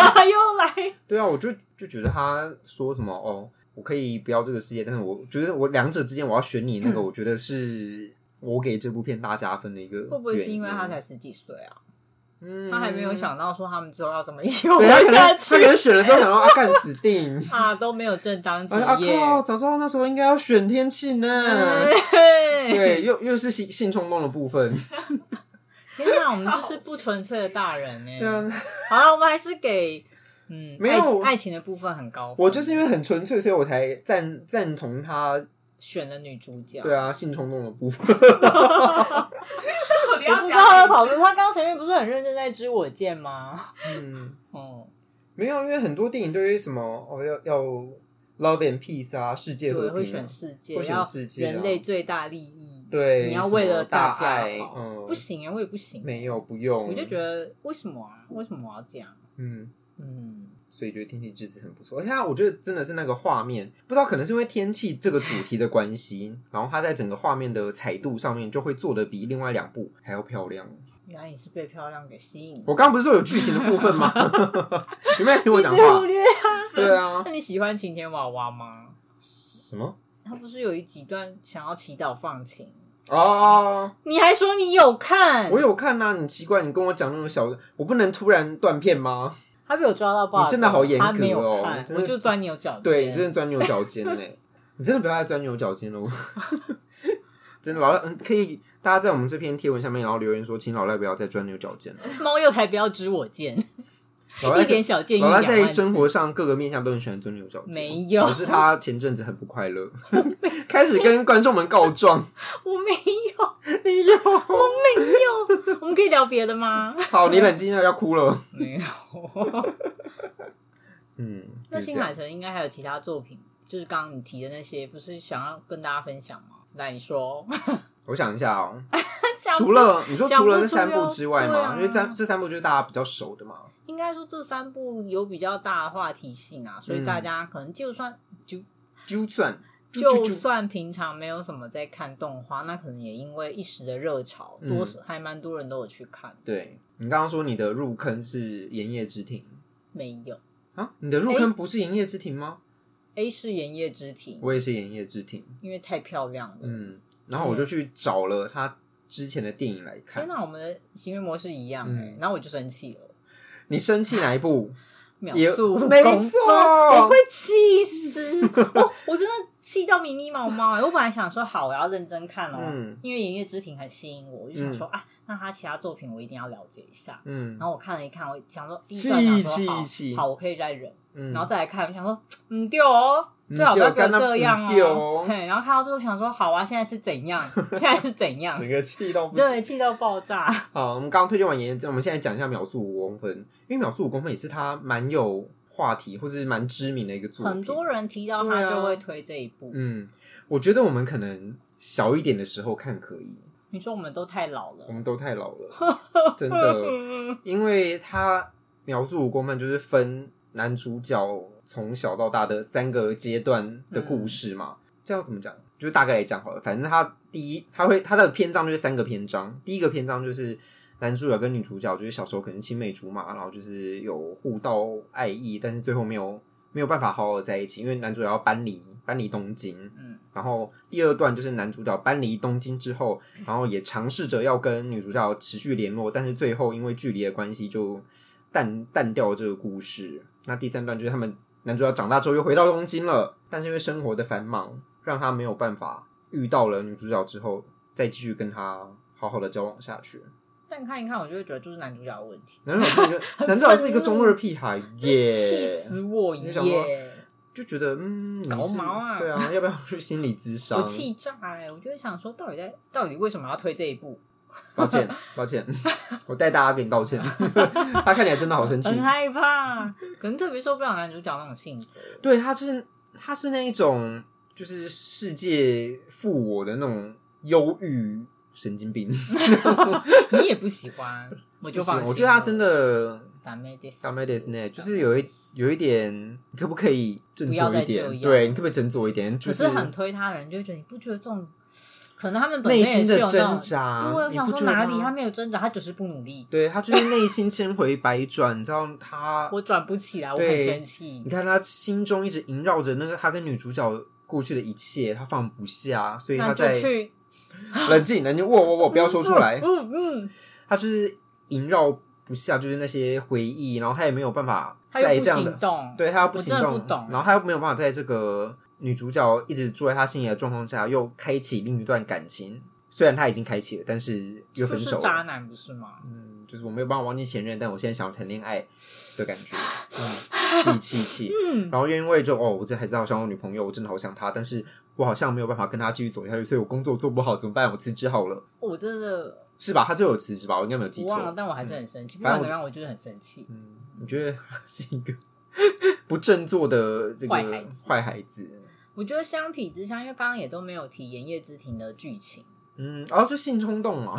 S2: 来，
S1: 对啊，我就就觉得他说什么哦，我可以不要这个世界，但是我觉得我两者之间我要选你那
S2: [clears throat]
S1: 个，我觉得是。我给这部片大加分的一个原因，
S2: 会不会是因为他才十几岁啊？
S1: 嗯
S2: 他还没有想到说他们之后要怎么一 [laughs] 起活
S1: 对他可能
S2: 下
S1: 他可
S2: 去
S1: 能选了之后想说啊，干死定！
S2: [laughs] 啊，都没有正当职
S1: 啊啊
S2: 业。哎
S1: 靠！早知道那时候应该要选天气呢。
S2: [laughs] 对，
S1: 对，又又是性性冲动的部
S2: [laughs]
S1: 分。
S2: 天哪，我们就是不纯粹的大人哎、
S1: 对啊，
S2: 好了，我们还是给嗯，
S1: 没有
S2: 爱情
S1: 我
S2: 爱情的部分很高分。
S1: 我就是因为很纯粹，所以我才赞赞同他。
S2: 选了女主角，
S1: 对
S2: 啊，
S1: 啊，性冲动的部分。
S3: 到底
S2: 我
S3: 要
S2: 不知
S3: 讲
S2: 道他
S3: 什
S2: 的
S3: 么
S2: 讨论，他刚刚前面不是很认真在支我剑吗？ [laughs]
S1: 嗯，
S2: 哦，
S1: [laughs] 没有，因为很多电影对于什么哦要要 love and peace 啊，世界和
S2: 对，
S1: 平、啊，
S2: 会选世界，
S1: 会选
S2: 要
S1: 世界啊
S2: 人类最大利益，
S1: 对，
S2: 你要
S1: 什么
S2: 为了
S1: 大
S2: 家
S1: 爱，
S2: 好，
S1: 嗯，
S2: 不，行啊，我也不行，
S1: 没有，不用。
S2: 我就觉
S1: 得，
S2: 得为什么啊？为什么我要这样？
S1: 嗯，
S2: 嗯，
S1: 所以觉得天气之子很不错。而且它我觉得真的是那个画面，不知道可能是因为天气这个主题的关系，然后它在整个画面的彩度上面就会做的比另外两部还要漂亮。
S2: 原来你是被漂亮给吸引，
S1: 我刚刚不是说有剧情的部分吗？ [laughs] 有没有听我
S2: 一直
S1: 讲
S2: 忽
S1: 话？
S2: 略。
S1: 对啊
S2: 那， [laughs] 你喜欢晴天娃娃吗？
S1: 什么？
S2: 他不是有一几段想要祈祷放晴？
S1: 哦，
S2: 你还说你有看？
S1: 我有看呐、你奇怪，你跟我讲那种小，我不能突然断片吗？
S2: 他被我抓到 bug，
S1: 你真的好严格哦
S2: 他没有看
S1: 你，真
S2: 我
S1: 的
S2: 就钻牛角尖。
S1: 对你真的钻牛角尖嘞、你真的不要再钻牛角尖喽！ [laughs] 真的老赖，嗯，可以大家在我们这篇贴文下面，然后留言说，请老赖不要再钻牛角尖了。
S2: 猫又才不要知我见，
S1: 老赖
S2: 一点小建议
S1: 老
S2: 养
S1: 赖在
S2: 万
S1: 生活上各个面向都很喜欢钻牛角尖，
S2: 没有
S1: 可是他前阵子很不快乐，开始跟观众们告状。
S2: 我 [laughs] 没有，
S1: 你有
S2: 没有，我们可以聊别的
S1: [laughs]
S2: 吗？
S1: 好，你冷静一下，要哭了。
S2: 没有。
S1: 嗯，
S2: [laughs] 那
S1: 就是
S2: 新
S1: 这样
S2: 海诚应该还有其他作品，就是刚刚你提的那些，不是想要跟大家分享吗？那你说，
S1: 我想一下哦，
S2: 想
S1: [laughs] 除了你说
S2: 想
S1: 除了
S2: 不
S1: 这
S2: 出
S1: 三部
S2: 哟
S1: 之外
S2: 对
S1: 嘛，
S2: 啊
S1: 因为这这三部就是大家比较熟的嘛。
S2: 应该说这三部有比较大的话题性啊，所以
S1: 嗯
S2: 大家可能就算就
S1: 就算
S2: 就算平常没有什么在看动画，那可能也因为一时的热潮，
S1: 嗯
S2: 多、还蛮多人都有去看。
S1: 对你刚刚说你的入坑是《炎夜之庭
S2: 没有》
S1: 啊？你的入坑不是《炎夜之庭》吗？
S2: A 是《炎夜之庭》，
S1: 我也是《炎夜之庭》。
S2: 因为太漂亮了。
S1: 嗯，然后我就去找了他之前的电影来看
S2: 天。哪，我们的行为模式一样、欸
S1: 嗯
S2: 然后我就生气了，
S1: 你生气哪一部？
S2: 秒
S1: 也
S2: 速五
S1: [laughs] 没
S2: 公
S1: 错
S2: 分我会气死，我我真的气到迷迷毛毛、欸。我本来想说好，我要认真看哦，
S1: 嗯
S2: 因为《炎夜之庭》很吸引我，我就想说、啊，那他其他作品我一定要了解一下。
S1: 嗯
S2: 然后我看了一看，我想说第一
S1: 气
S2: 段想
S1: 气
S2: 说好
S1: 气
S2: 好，我可以再忍。
S1: 嗯，
S2: 然后再来看，我想说，嗯，对哦，
S1: 嗯
S2: 最好不要给
S1: 对
S2: 我
S1: 哦
S2: 这样
S1: 干那嗯对
S2: 哦
S1: 哦。
S2: 嘿，然后看到最后想说，好啊，现在是怎样？现在是怎样？
S1: 整个气到不行。
S2: 对，气到爆炸。
S1: 好，我们刚刚推荐完炎夜之，我们现在讲一下秒速五公分，因为秒速五公分也是他蛮有话题或是蛮知名的一个作品。
S2: 很多人提到
S1: 对
S2: 他
S1: 啊
S2: 就会推这一部。
S1: 嗯，我觉得我们可能小一点的时候看可以，
S2: 你说我们都太老了
S1: 我，们都太老了，真的。因为他描述五公分就是分男主角从小到大的三个阶段的故事嘛，这要怎么讲？就是大概来讲好了，反正他第一，他会他的篇章就是三个篇章，第一个篇章就是男主角跟女主角就是小时候可能青梅竹马，然后就是有互道爱意，但是最后没有没有办法好好地在一起，因为男主角要搬离搬离东京，
S2: 嗯，
S1: 然后第二段就是男主角搬离东京之后，然后也尝试着要跟女主角持续联络，但是最后因为距离的关系就淡淡掉这个故事。那第三段就是他们男主角长大之后又回到东京了，但是因为生活的繁忙，让他没有办法遇到了女主角之后再继续跟她好好的交往下去。
S2: 但看一看，我就会觉得就是男主角的问题，
S1: 男主角是一个男主角是一个中二屁孩
S2: [laughs]
S1: 耶，
S2: 气死我
S1: 你想说
S2: 耶！
S1: 就觉得嗯，你
S2: 搞
S1: 是
S2: 毛啊
S1: 对啊，要不要去心理咨商？
S2: 我气炸哎、我就会想说，到底在到底为什么要推这一步？
S1: 抱歉，抱歉， [laughs] 我代大家给你道歉。 [laughs] 他看起来真的好生气，
S2: 很害怕，可能特别受不了男主角那种性格。
S1: 对，他是他是那一种就是世界负我的那种忧郁神经病，
S2: 你也不喜欢，我就放
S1: 是
S2: 心了。
S1: 我觉得他真的
S2: 打妹的，
S1: d a m a d s 呢，就是有一有一点，你可不可以振
S2: 不要
S1: 作
S2: 再
S1: 一点
S2: 这？样
S1: 对，你可不可以振作一点？就
S2: 可是很推他的人就会觉得你不觉得这种，可能他们本
S1: 内
S2: 身也
S1: 心
S2: 是
S1: 的
S2: 有那
S1: 挣
S2: 种。
S1: 扎
S2: 对，
S1: 啊
S2: 啊我
S1: 你
S2: 想
S1: 不
S2: 说
S1: 觉得
S2: 哪里他没有挣扎，他就是不努力。
S1: 对他就是内心千回百转，你知道
S2: [laughs]
S1: 他
S2: 我转不起来，我很
S1: 对
S2: 生气
S1: 你。看他心中一直萦绕着那个他跟女主角过去的一切，他放不下，所以
S2: 那
S1: 他
S2: 就
S1: 在
S2: 去，
S1: 冷静冷静，我我我不要说出来，
S2: 嗯嗯，
S1: 他就是萦绕不下，就是那些回忆，然后他也没有办法
S2: 他
S1: 在
S2: 又不
S1: 这样
S2: 行
S1: 的，
S2: 动，
S1: 对他又不
S2: 我
S1: 行
S2: 真的
S1: 动，
S2: 不懂
S1: 然后他又没有办法在这个女主角一直住在他心里的状况下，又开启另一段感情。虽然他已经开启了，但是又
S2: 就
S1: 分
S2: 是
S1: 手
S2: 渣
S1: 了。
S2: 男不是吗？
S1: 嗯，就是我没有办法忘记前任，但我现在想要谈恋爱的感觉，嗯，气气气。
S2: 嗯，
S1: 然后又因为就哦，我这还是好想我女朋友，我真的好想她，但是我好像没有办法跟她继续走下去，所以我工作做不好，怎么办？我辞职好了，
S2: 我真的
S1: 是吧？她最后有辞职吧？我应该没有记
S2: 我
S1: 错嗯
S2: 忘。了，但我还是很生气。不
S1: 反
S2: 管
S1: 正我
S2: 怎么样，我就是很生气。
S1: 嗯，你觉得她是一个 [laughs] 不振作的这个
S2: 坏孩子
S1: 坏孩子？
S2: 我觉得相比之下，因为刚刚也都没有提《盐业之庭》的剧情，
S1: 嗯，然、后就性冲动嘛，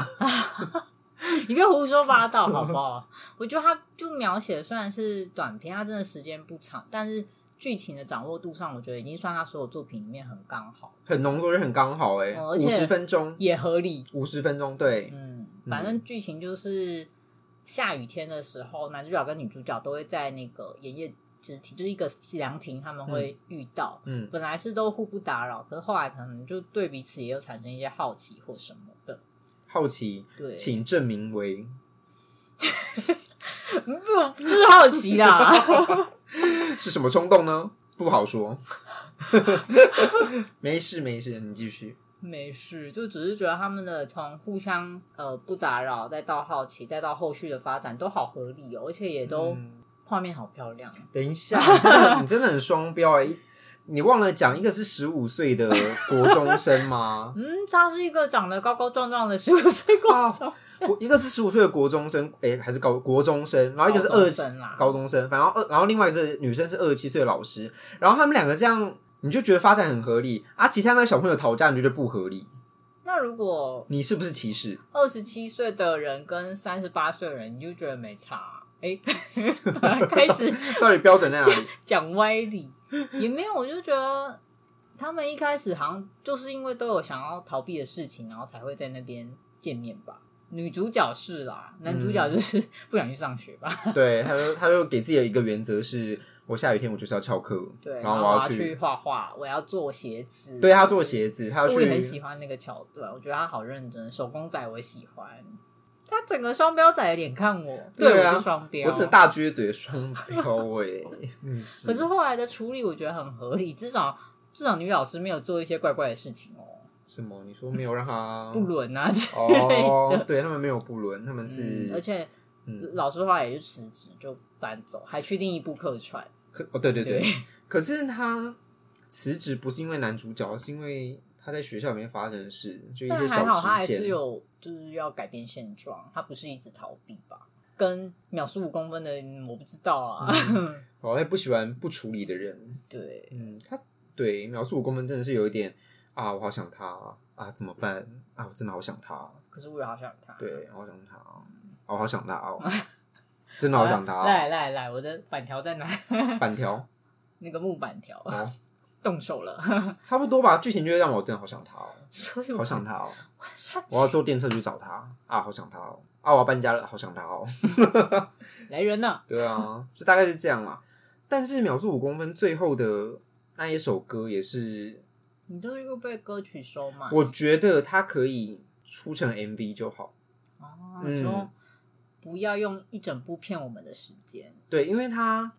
S2: [laughs] 你不要胡说八道好不好？我觉得他就描写虽然是短片，它真的时间不长，但是剧情的掌握度上，我觉得已经算他所有作品里面很刚好，
S1: 很浓缩，就很刚好
S2: 哦
S1: 哎、欸，
S2: 而
S1: 五
S2: 且
S1: 十分钟，
S2: 也合理。
S1: 五十分钟，对，
S2: 嗯，反正剧情就是下雨天的时候，男主角跟女主角都会在那个盐业之庭，就是一个凉亭，他们会遇到。
S1: 嗯
S2: 本来是都互不打扰，可是后来可能就对彼此也有产生一些好奇或什么的。
S1: 好奇，
S2: 对，
S1: 请证明为
S2: 不 [laughs] 就是好奇
S1: [laughs]
S2: 啦。
S1: 是什么冲动呢？不好说， [laughs] 没事没事，你继续。
S2: 没事，就只是觉得他们的从互相呃不打扰，再到好奇，再到后续的发展都好合理哦，而且也都
S1: 嗯
S2: 画面好漂亮。哦
S1: 等一下，你真的你真的很双标哎、你忘了讲，一个是十五岁的国中
S2: [laughs]
S1: 生吗？
S2: 嗯，他是一个长得高高壮壮的十五岁高中生，
S1: 国一个是十五岁的国中生，哎、还是高国中生，然后一个是
S2: 高中
S1: 二
S2: 生啊啦
S1: 高中生，反正二，然后另外一个是女生是二十七岁的老师，然后他们两个这样，你就觉得发展很合理啊。其他那个小朋友讨价，你就觉得不合理，
S2: 那如果
S1: 你是不是歧视？
S2: 二十七岁的人跟三十八岁的人，你就觉得没差、哎、 [laughs] 开始
S1: 到底标准在
S2: [laughs]
S1: 哪里？
S2: 讲歪理，也没有，我就觉得他们一开始好像就是因为都有想要逃避的事情，然后才会在那边见面吧。女主角是啦，男主
S1: 嗯
S2: 角就是 [laughs] 不想去上学吧。
S1: 对，他就他就给自己的一个原则是，我下雨天我就是要翘课，
S2: 对，
S1: 然后
S2: 我
S1: 我
S2: 要
S1: 要
S2: 去
S1: 去，
S2: 画画，我要做鞋子。
S1: 对啊他做，鞋子，他要去
S2: 我也很喜欢那个桥段，我觉得他好认真，手工仔我也喜欢。他整个双标仔的脸看我，
S1: 对啊
S2: 我是双标，
S1: 我只能大撅嘴双标哎、 [laughs] 你是
S2: 可是后来的处理我觉得很合理，至少至少女老师没有做一些怪怪的事情哦，
S1: 什么？你说没有让他
S2: [laughs] 不伦啊之类的。 [laughs]
S1: 哦？对他们没有不伦，他们是、
S2: 嗯，而且
S1: 嗯
S2: 老师后来也就辞职，就搬走，还去另一部客串。
S1: 可哦对对对，
S2: 对
S1: [laughs] 可是他辞职不是因为男主角，是因为他在学校里面发生的事，就一
S2: 但
S1: 些
S2: 还
S1: 小
S2: 好他还
S1: 支线
S2: 是。有就是要改变现状，他不是一直逃避吧？跟秒速五公分的嗯我不知道啊，
S1: 哦，他不喜欢不处理的人。
S2: [laughs] 对，
S1: 嗯，他对描述我公分真的是有一点啊，我好想他啊啊，怎么办啊？我真的好想他，
S2: 可是我也好想他。
S1: 对，好想他，啊我好想他
S2: [laughs]
S1: 哦，真的好想他
S2: 来 [laughs]
S1: 哦，
S2: 来来，我的板条在哪？
S1: 板条
S2: 那个木板条，
S1: 哦，
S2: [laughs] 动手了， [laughs]
S1: 差不多吧。剧情就会让我真的好想他哦，
S2: 所以我
S1: 好想他哦，
S2: 晚上
S1: 我要坐电车去找他啊，好想他哦，啊，我要搬家了，好想他哦。
S2: 来人呐、
S1: [laughs] 对啊，就大概是这样啦。但是秒速五公分最后的那一首歌也是，
S2: 你都是被歌曲收买，
S1: 我觉得它可以出成 MV 就好。
S2: 哦，
S1: 嗯
S2: 你说不要用一整部骗我们的时间，
S1: 对，因为他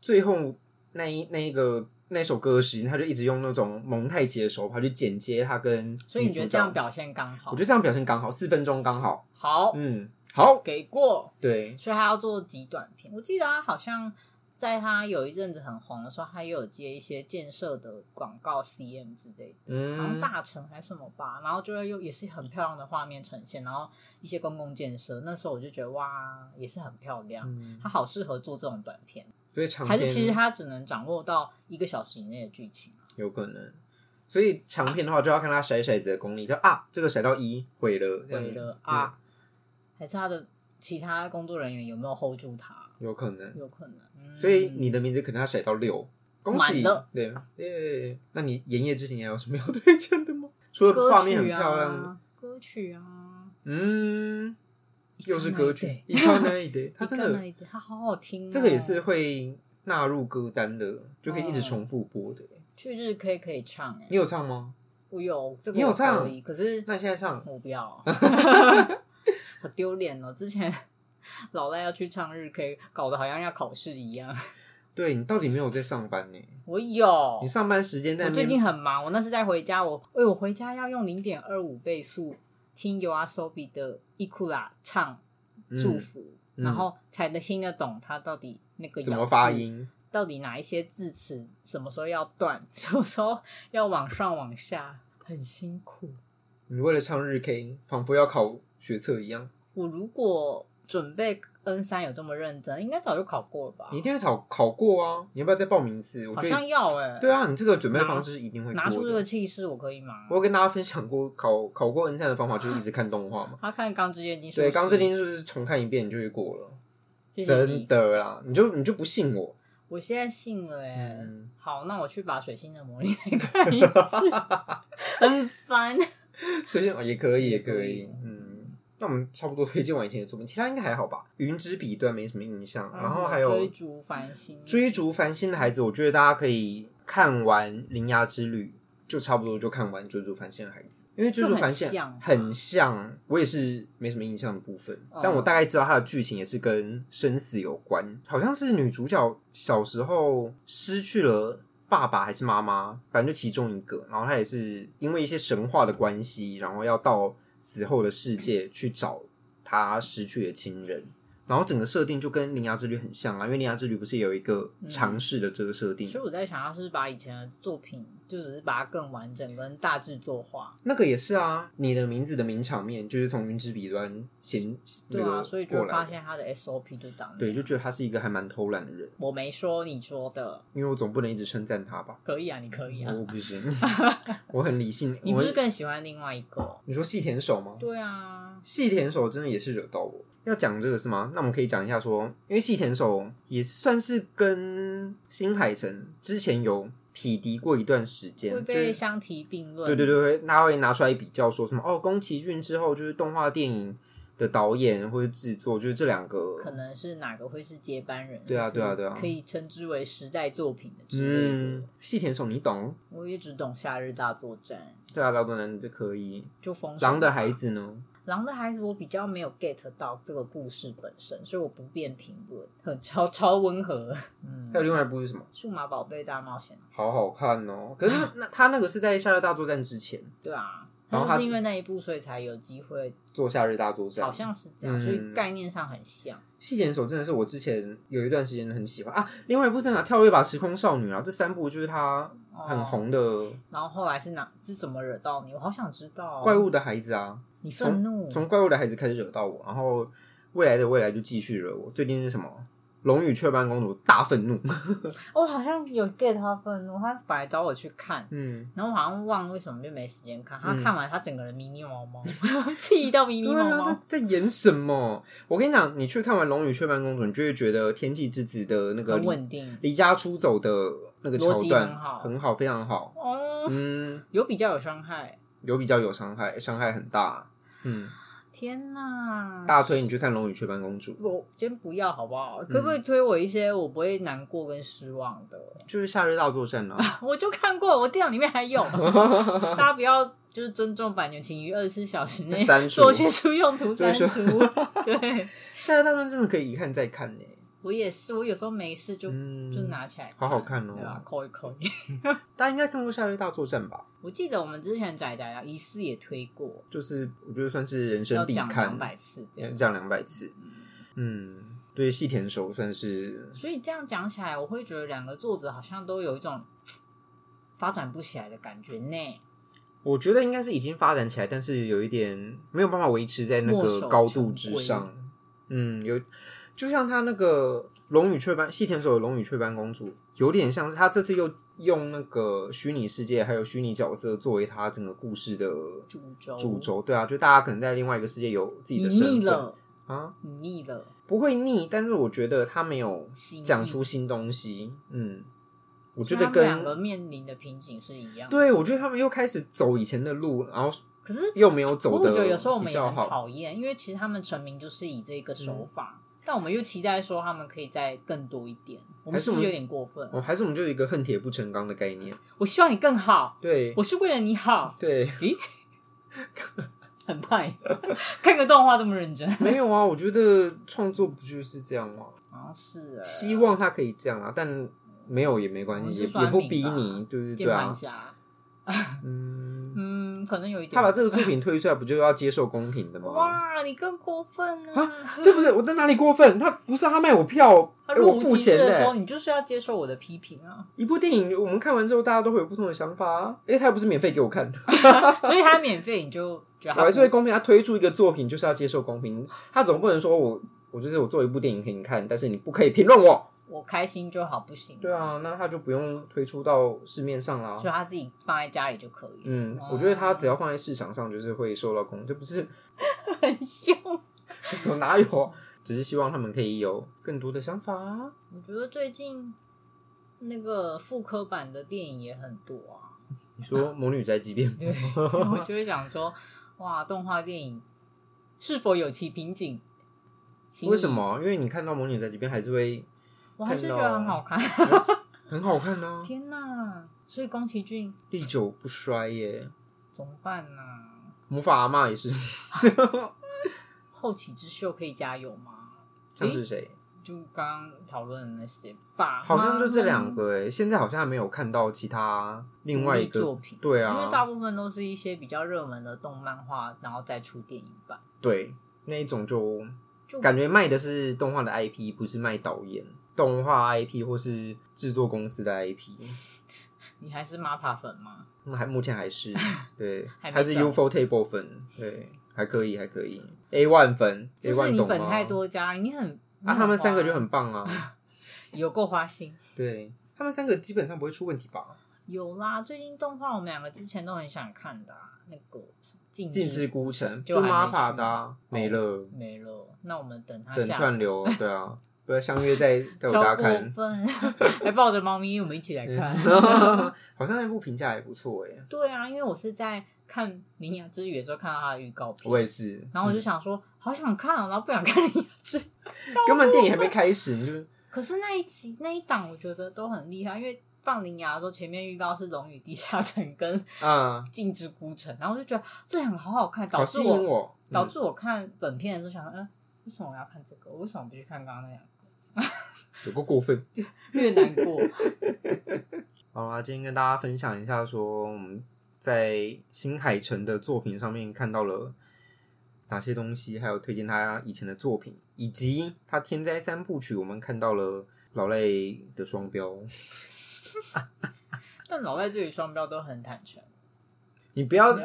S1: 最后那一那一个那首歌时，他就一直用那种蒙太奇的手法去剪接他跟，
S2: 所以你觉得这样？表现刚好？
S1: 我觉得这样表现刚好，四分钟刚好。
S2: 好，
S1: 嗯，好，
S2: 给过，
S1: 对，
S2: 所以他要做极短片。我记得他好像在他有一阵子很红的时候，他也有接一些建设的广告 CM 之类的。好像
S1: 嗯，
S2: 大城还是什么吧，然后就会用也是很漂亮的画面呈现，然后一些公共建设，那时候我就觉得哇，也是很漂亮，
S1: 嗯
S2: 他好适合做这种短片，
S1: 所以长
S2: 还
S1: 篇
S2: 是其实他只能掌握到一个小时以内的剧情，啊
S1: 有可能。所以长片的话，就要看他甩骰子的功力，就啊，这个甩到一毁了，这样嗯
S2: 为了啊，还是他的其他工作人员有没有 hold 住啊他，
S1: 有可能。
S2: 有可能，嗯
S1: 所以你的名字可能要甩到六，恭喜
S2: 满的！
S1: 对，耶！那你营业之前还有什么要推荐的吗？ [laughs] 除了画面很漂亮，，
S2: 啊歌曲啊，
S1: 嗯，又是歌曲，
S2: 一
S1: 一
S2: 看
S1: 看
S2: 那
S1: 那一
S2: [laughs]
S1: 堆，它
S2: 他
S1: 真
S2: 那
S1: 的
S2: 一点，他好好听哦，
S1: 这个也是会纳入歌单的，就可以一直重复播的。
S2: 去日 K 可以唱哎
S1: 你，有唱吗？
S2: 我有这个
S1: 你有
S2: 我
S1: 唱
S2: 可以可是
S1: 那你现在唱，
S2: 我不
S1: [laughs]
S2: 要， [laughs] 好丢脸哦！之前老赖要去唱日 K，搞得好像要考试一样。 [laughs]
S1: 对你到底没有在上班呢？
S2: 我有，我
S1: 你上班时间在那
S2: 最
S1: 边
S2: 近很忙，我那是在回家，我哎、我回家要用零点二五倍速听 U R Sobi 的《伊库拉》唱
S1: 嗯
S2: 祝福，
S1: 嗯
S2: 然后才能听得懂他到底那个
S1: 怎
S2: 咬
S1: 么
S2: 字
S1: 发，音？
S2: 到底哪一些字词什么时候要断， [laughs] 什么时候要往上往下，很辛苦。
S1: 你为了唱日 K，仿佛要考学测一样，
S2: 我如果准备 N 三有这么认真，应该早就考过了吧？
S1: 你一定会考考过啊！你要不要再报名一次？我
S2: 好
S1: 觉
S2: 像
S1: 得
S2: 要哎、
S1: 对，啊，你这个准备方式是一定会
S2: 拿出
S1: 过
S2: 这个
S1: 的。
S2: 气势，我可以吗
S1: 我？有跟大家分享过考考过 N 三的方法，就是一直看动画嘛。
S2: 他看《钢之炼金术
S1: 对，
S2: 师》，
S1: 《钢之炼金术师》重看一遍你就会过了。
S2: 谢谢
S1: 真
S2: 你，
S1: 的啦，你就你就不信我？
S2: 我现在信了哎、
S1: 嗯，
S2: 好，那我去把《水星的魔力》再看一次，很烦。
S1: [laughs] 所以哦也可以，也可
S2: 可
S1: 以
S2: 以，
S1: 嗯。那我们差不多推荐完以前的作品，其他应该还好吧？《云之彼端》没什么印象，然后还
S2: 嗯
S1: 有
S2: 追
S1: 《
S2: 逐繁星，
S1: 追逐繁星的孩子》，我觉得大家可以看完《铃芽之旅》，就差不多就看完《追逐繁星的孩子》，因为《追逐繁星
S2: 就很》像
S1: 很像，我也是没什么印象的部分，
S2: 嗯
S1: 但我大概知道它的剧情也是跟生死有关，好像是女主角小时候失去了。爸爸还是妈妈，反正就其中一个。然后他也是因为一些神话的关系，然后要到死后的世界去找他失去的亲人。然后整个设定就跟《铃芽之旅》很像啊，因为《铃芽之旅》不是有一个尝试的这个设定，
S2: 所以我在想，要是把以前的作品，就只是把它更完整跟大制作化，
S1: 那个也是啊。你的名字的名场面就是从云之彼端衔
S2: 对
S1: 那
S2: 啊，
S1: 个
S2: 所以就
S1: 过
S2: 会发
S1: 来的，
S2: 现他的 SOP 就长那样
S1: 对，就觉得他是一个还蛮偷懒的人，
S2: 我没说，你说的，
S1: 因为我总不能一直称赞他吧，
S2: 可以啊，你可以啊，
S1: 我
S2: [laughs]
S1: 不行，我很理性。
S2: 你不是
S1: 我
S2: 更喜欢另外一个？
S1: 你说细田守吗？
S2: 对啊，
S1: 细田守真的也是惹到我。要讲这个是吗？那我们可以讲一下说，因为细田守也算是跟新海诚之前有匹敌过一段时间，
S2: 会
S1: 就是
S2: 被相提并论。
S1: 对对，对，会他会拿出来比较，说什么哦，宫崎骏之后就是动画电影的导演或者制作，就是这两个
S2: 可能是哪个会是接班人？
S1: 对啊
S2: 是
S1: 对啊对啊
S2: 可以称之为时代作品的之类
S1: 嗯
S2: 的。，
S1: 细田守你懂，
S2: 我也只懂《夏日大作战
S1: 对啊，老多人就可以。》，
S2: 就封神吧
S1: 狼的孩，子呢？
S2: 狼的孩子，我比较没有 get 到这个故事本身，所以我不便评论，很超超温和。嗯
S1: 还，有另外一部是什么？
S2: 数码宝贝大冒险，
S1: 好好看哦！可是那那他那个是在《夏日大作战》之前
S2: 对啊，
S1: 然后
S2: 他
S1: 他
S2: 就是因为那一部，所以才有机会，
S1: 做《夏日大作战》，
S2: 好像是这样，
S1: 嗯
S2: 所以概念上很像。
S1: 细田守真的是我之前有一段时间很喜欢啊。另外一部是哪？跳跃吧时空少女啊，这三部就是他很
S2: 哦
S1: 红的《
S2: 然后后来是哪是怎么惹到你？我好想知道、
S1: 怪物，的孩子》啊。
S2: 你愤怒
S1: 从从怪物的孩子开始惹到我，然后未来的未来就继续惹我。最近是什么？龙与雀斑公主大愤怒。 [laughs]
S2: 哦我好像有 get 他愤怒，他本来找我去看，
S1: 嗯，
S2: 然后我好像忘了为什么就没时间看。他
S1: 嗯
S2: 看完，他整个人迷迷毛 [laughs] 毛，气到迷迷
S1: 对
S2: 毛
S1: 啊，
S2: 毛
S1: 他。在演什么？我跟你讲，你去看完龙与雀斑公主，你就会觉得天气之子的那个
S2: 很
S1: 离
S2: 稳定，
S1: 离家出走的那个
S2: 逻
S1: 桥
S2: 辑
S1: 段
S2: 很好
S1: 非常好。
S2: 哦，
S1: 嗯，
S2: 有比较有伤害。
S1: 有比较有伤害，伤害很大。嗯，
S2: 天哪！
S1: 大推你嗯去看《龙与雀斑公主》，
S2: 我先不要好不好？可不可以推我一些我不会难过跟失望的？ [laughs]
S1: 就是夏日大作战啊。
S2: 我就看过，我电脑里面还
S1: [laughs]
S2: 有。大家不要就是尊重版权，请于二十四小时内
S1: 删除
S2: [laughs] 做学术用途删
S1: [laughs] 做
S2: 除。对，
S1: 夏日大作战真的可以一看再看呢、
S2: 我也是，我有时候没事就、
S1: 嗯，
S2: 就拿起来，
S1: 好好看哦
S2: 对啊，扣一扣。
S1: 大家应该看过《夏日大作战》吧？
S2: [laughs] 我记得我们之前仔仔啊，疑似也推过，
S1: 就是我觉得算是人
S2: 要
S1: 生必
S2: 讲
S1: 看
S2: 两，百次这样。
S1: 讲两百次。嗯，对，细田守算是
S2: 所以这样讲起来，我会觉得两个作者好像都有一种嘖发展不起来的感觉呢。
S1: 我觉得应该是已经发展起来，但是有一点没有办法维持在那
S2: 墨
S1: 个
S2: 守
S1: 高度
S2: 成
S1: 之
S2: 规
S1: 上。嗯，有就像他那个《龙与雀斑》细田守的《龙与雀斑公主》，有点像是他这次又用那个虚拟世界还有虚拟角色作为他整个故事的
S2: 主轴，
S1: 主，轴。对啊，就大家可能在另外一个世界有自己
S2: 你
S1: 的身
S2: 腻
S1: 份
S2: 了，
S1: 啊，
S2: 你腻了，
S1: 不会腻。但是我觉得他没有
S2: 新
S1: 讲
S2: 意
S1: 出新东西。嗯，我
S2: 我
S1: 觉得
S2: 两个
S1: 跟
S2: 面临的瓶颈是一样的。
S1: 对，我觉得他们又开始走以前的路，然后
S2: 可是
S1: 又没有
S2: 不
S1: 走
S2: 过
S1: 的
S2: 我觉得有时候我们
S1: 比
S2: 也
S1: 较
S2: 很
S1: 好。嗯
S2: 讨厌，因为其实他们成名就是以这个手法，但我们又期待说他们可以再更多一点，我们
S1: 还是
S2: 是
S1: 我
S2: 不
S1: 们
S2: 是有点过分？
S1: 哦，还是我们就有一个恨铁不成钢的概念。
S2: 我希望你更好，
S1: 对，
S2: 我是为了你好。
S1: 对，
S2: 咦，很
S1: [laughs]
S2: 快看个动画这么认真， [laughs]
S1: 没有啊，我觉得创作不就是这样吗？
S2: 好像是欸
S1: 希望他可以这样啊，但没有也没关
S2: 我
S1: 系，
S2: 是
S1: 也
S2: 酸
S1: 也不
S2: 民
S1: 逼
S2: 吧
S1: 你，就是
S2: 键
S1: 对啊
S2: 盘，侠，
S1: 嗯，
S2: 嗯，可能有一点。
S1: 他把这个作品推出来，不就要接受公平的吗？
S2: [laughs] 哇，你更过分啊
S1: 啊！这不是我在哪里过分？他不是他卖我票，
S2: 他
S1: 哎，
S2: 若
S1: 我
S2: 无
S1: 付
S2: 其事
S1: 钱的
S2: 的时候，
S1: 欸。
S2: 你就是要接受我的批评啊， [laughs]
S1: 一部电影我们看完之后，大家都会有不同的想法啊。哎，他又不是免费给我看，
S2: 所以他免费你就觉得他
S1: 我还是会公平。他推出一个作品就是要接受公平，他总不能说我我就是我做一部电影给你看，但是你不可以评论我。
S2: 我开心就好，不行吗
S1: 对，啊，那他就不用推出到市面上啦
S2: 就。他自己放在家里就可以了。
S1: 嗯
S2: 哦，
S1: 我觉得他只要放在市场上，就是会受到攻，这不是嗯
S2: 很凶。
S1: 有哪有？只是希望他们可以有更多的想法啊。
S2: 我觉得最近那个复刻版的电影也很多啊，
S1: 你说《魔女宅急 [laughs] 便》
S2: 对，然后就会想说，哇，动画电影是否有其瓶颈？请
S1: 为什么？因为你看到《魔女宅急便》还是会
S2: 我还是
S1: 看到
S2: 觉得很好看。
S1: 哦很好看
S2: [laughs]
S1: 呢、
S2: 天哪！所以宫崎骏
S1: 历久不衰耶。
S2: 怎么办呢、
S1: 魔法阿嬷也是， [laughs]
S2: 后起之秀可以加油吗？
S1: 像是谁？
S2: 就刚刚讨论的那些吧，
S1: 好像就这两个诶，现在好像还没有看到其他另外一
S2: 独立作
S1: 个
S2: 品，
S1: 对
S2: 因为
S1: 啊，
S2: 大部分都是一些比较热门的动漫画，然后再出电影版。
S1: 对那一种就
S2: 就
S1: 感觉卖的是动画的 IP，不是卖导演、动画 IP 或是制作公司的 IP。
S2: 你还是 MAPA 粉吗？
S1: 那还目前
S2: [laughs]
S1: 还是对，
S2: 还没
S1: 还是
S2: 走
S1: UFO Table 粉，对，还可以，还可以。A one 粉，A
S2: 就是
S1: one
S2: 你
S1: 懂
S2: 粉
S1: 吗
S2: 太多家，你很
S1: 啊，他们三个就
S2: 你
S1: 很棒啊，
S2: 花有够花心。
S1: 对他们三个基本上不会出问题吧？
S2: 有啦，最近动画我们两个之前都很想看的、啊，那个什么禁
S1: 禁
S2: 之
S1: 之孤城
S2: 就
S1: 就
S2: 还没
S1: MAPA
S2: 出哦
S1: 的啊没了，
S2: 没了，那我们等它
S1: 等
S2: 下 [laughs]
S1: 串流，对啊，对啊，相约在在我
S2: 超
S1: 家
S2: 过
S1: 看，
S2: 分， [laughs] 还抱着猫咪，我们一起来
S1: [laughs]
S2: 看。
S1: 嗯好像那部评价也不错哎，
S2: 对啊，因为我是在看《铃芽之语》的时候看到它的预告片，
S1: 我也是，嗯
S2: 然后我就想说，好想看、啊，然后不想看《铃芽之语》。
S1: 根本电影还没开始，你就
S2: 可是那一集那一档，我觉得都很厉害，因为放铃芽的时候，前面预告是《龙与地下城》跟《
S1: 啊，
S2: 镜之孤城》，然后我就觉得这两个好好看，导
S1: 好
S2: 致
S1: 吸引
S2: 我
S1: 我，
S2: 导
S1: 嗯
S2: 致我看本片的时候想说，嗯，为什么我要看这个？我为什么不去看刚刚那两个？
S1: 有够过分。
S2: 越难过。
S1: 好啦，今天跟大家分享一下，说我们在新海诚的作品上面看到了哪些东西，还有推荐他以前的作品，以及他《天灾三部曲》，我们看到了老赖的双标。
S2: 但老赖对于双标都很坦诚，
S1: 你不
S2: [laughs]
S1: 要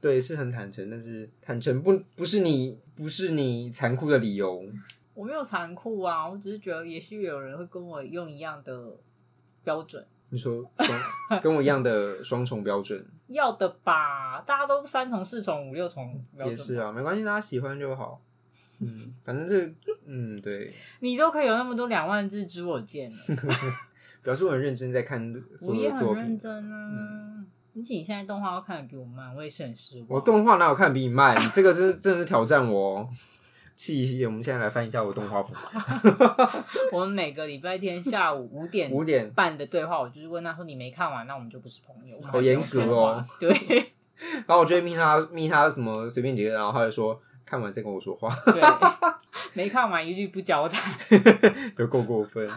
S1: 对，是很坦诚，但是坦诚不不是你不是你残酷的理由。
S2: 我没有残酷啊，我只是觉得也许有人会跟我用一样的标准，
S1: 你说双跟我一样的双重标准
S2: 要的吧？大家都三重、四重、五六重 [laughs] 标准，
S1: 也是啊，没关系，大家喜欢就好。嗯，反正这嗯对。
S2: 你都可以有那么多两万字之我见了。
S1: 表示我很认真在看 [laughs] 所
S2: 我
S1: 有
S2: 也
S1: 的作
S2: 很认
S1: 品。嗯
S2: 真啊。而且你现在动画要看的比我慢，我也是很失望。
S1: 我动画哪有看比你慢？你这个真真的是挑战我、哦。气，我们现在来翻一下我动画谱。
S2: 我们每个礼拜天下午
S1: [laughs]
S2: 五点
S1: 五点
S2: 半的对话，我就是问他说你没看完，那我们就不是朋友。我们
S1: 好严格哦
S2: 还没有说话。
S1: 然后我就会密他密他什么随便几个，然后他就说看完再跟我说话，
S2: 对 [laughs] 对，没看完一律不交代。
S1: 有够过分。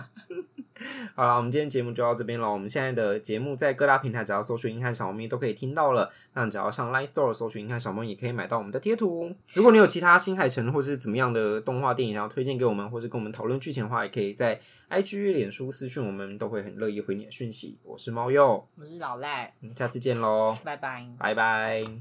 S1: 好了，我们今天节目就到这边了。我们现在的节目在各大平台只要搜寻“硬汉小猫咪”都可以听到了。那你只要上 Line Store 搜寻“硬汉小猫”，也可以买到我们的贴图。如果你有其他新海诚或是怎么样的动画电影想要推荐给我们，或是跟我们讨论剧情的话，也可以在 IG、脸书私讯我们，都会很乐意回你的讯息。我是猫鼬，
S2: 我是老赖，
S1: 我们下次见喽，
S2: 拜拜。
S1: 拜拜。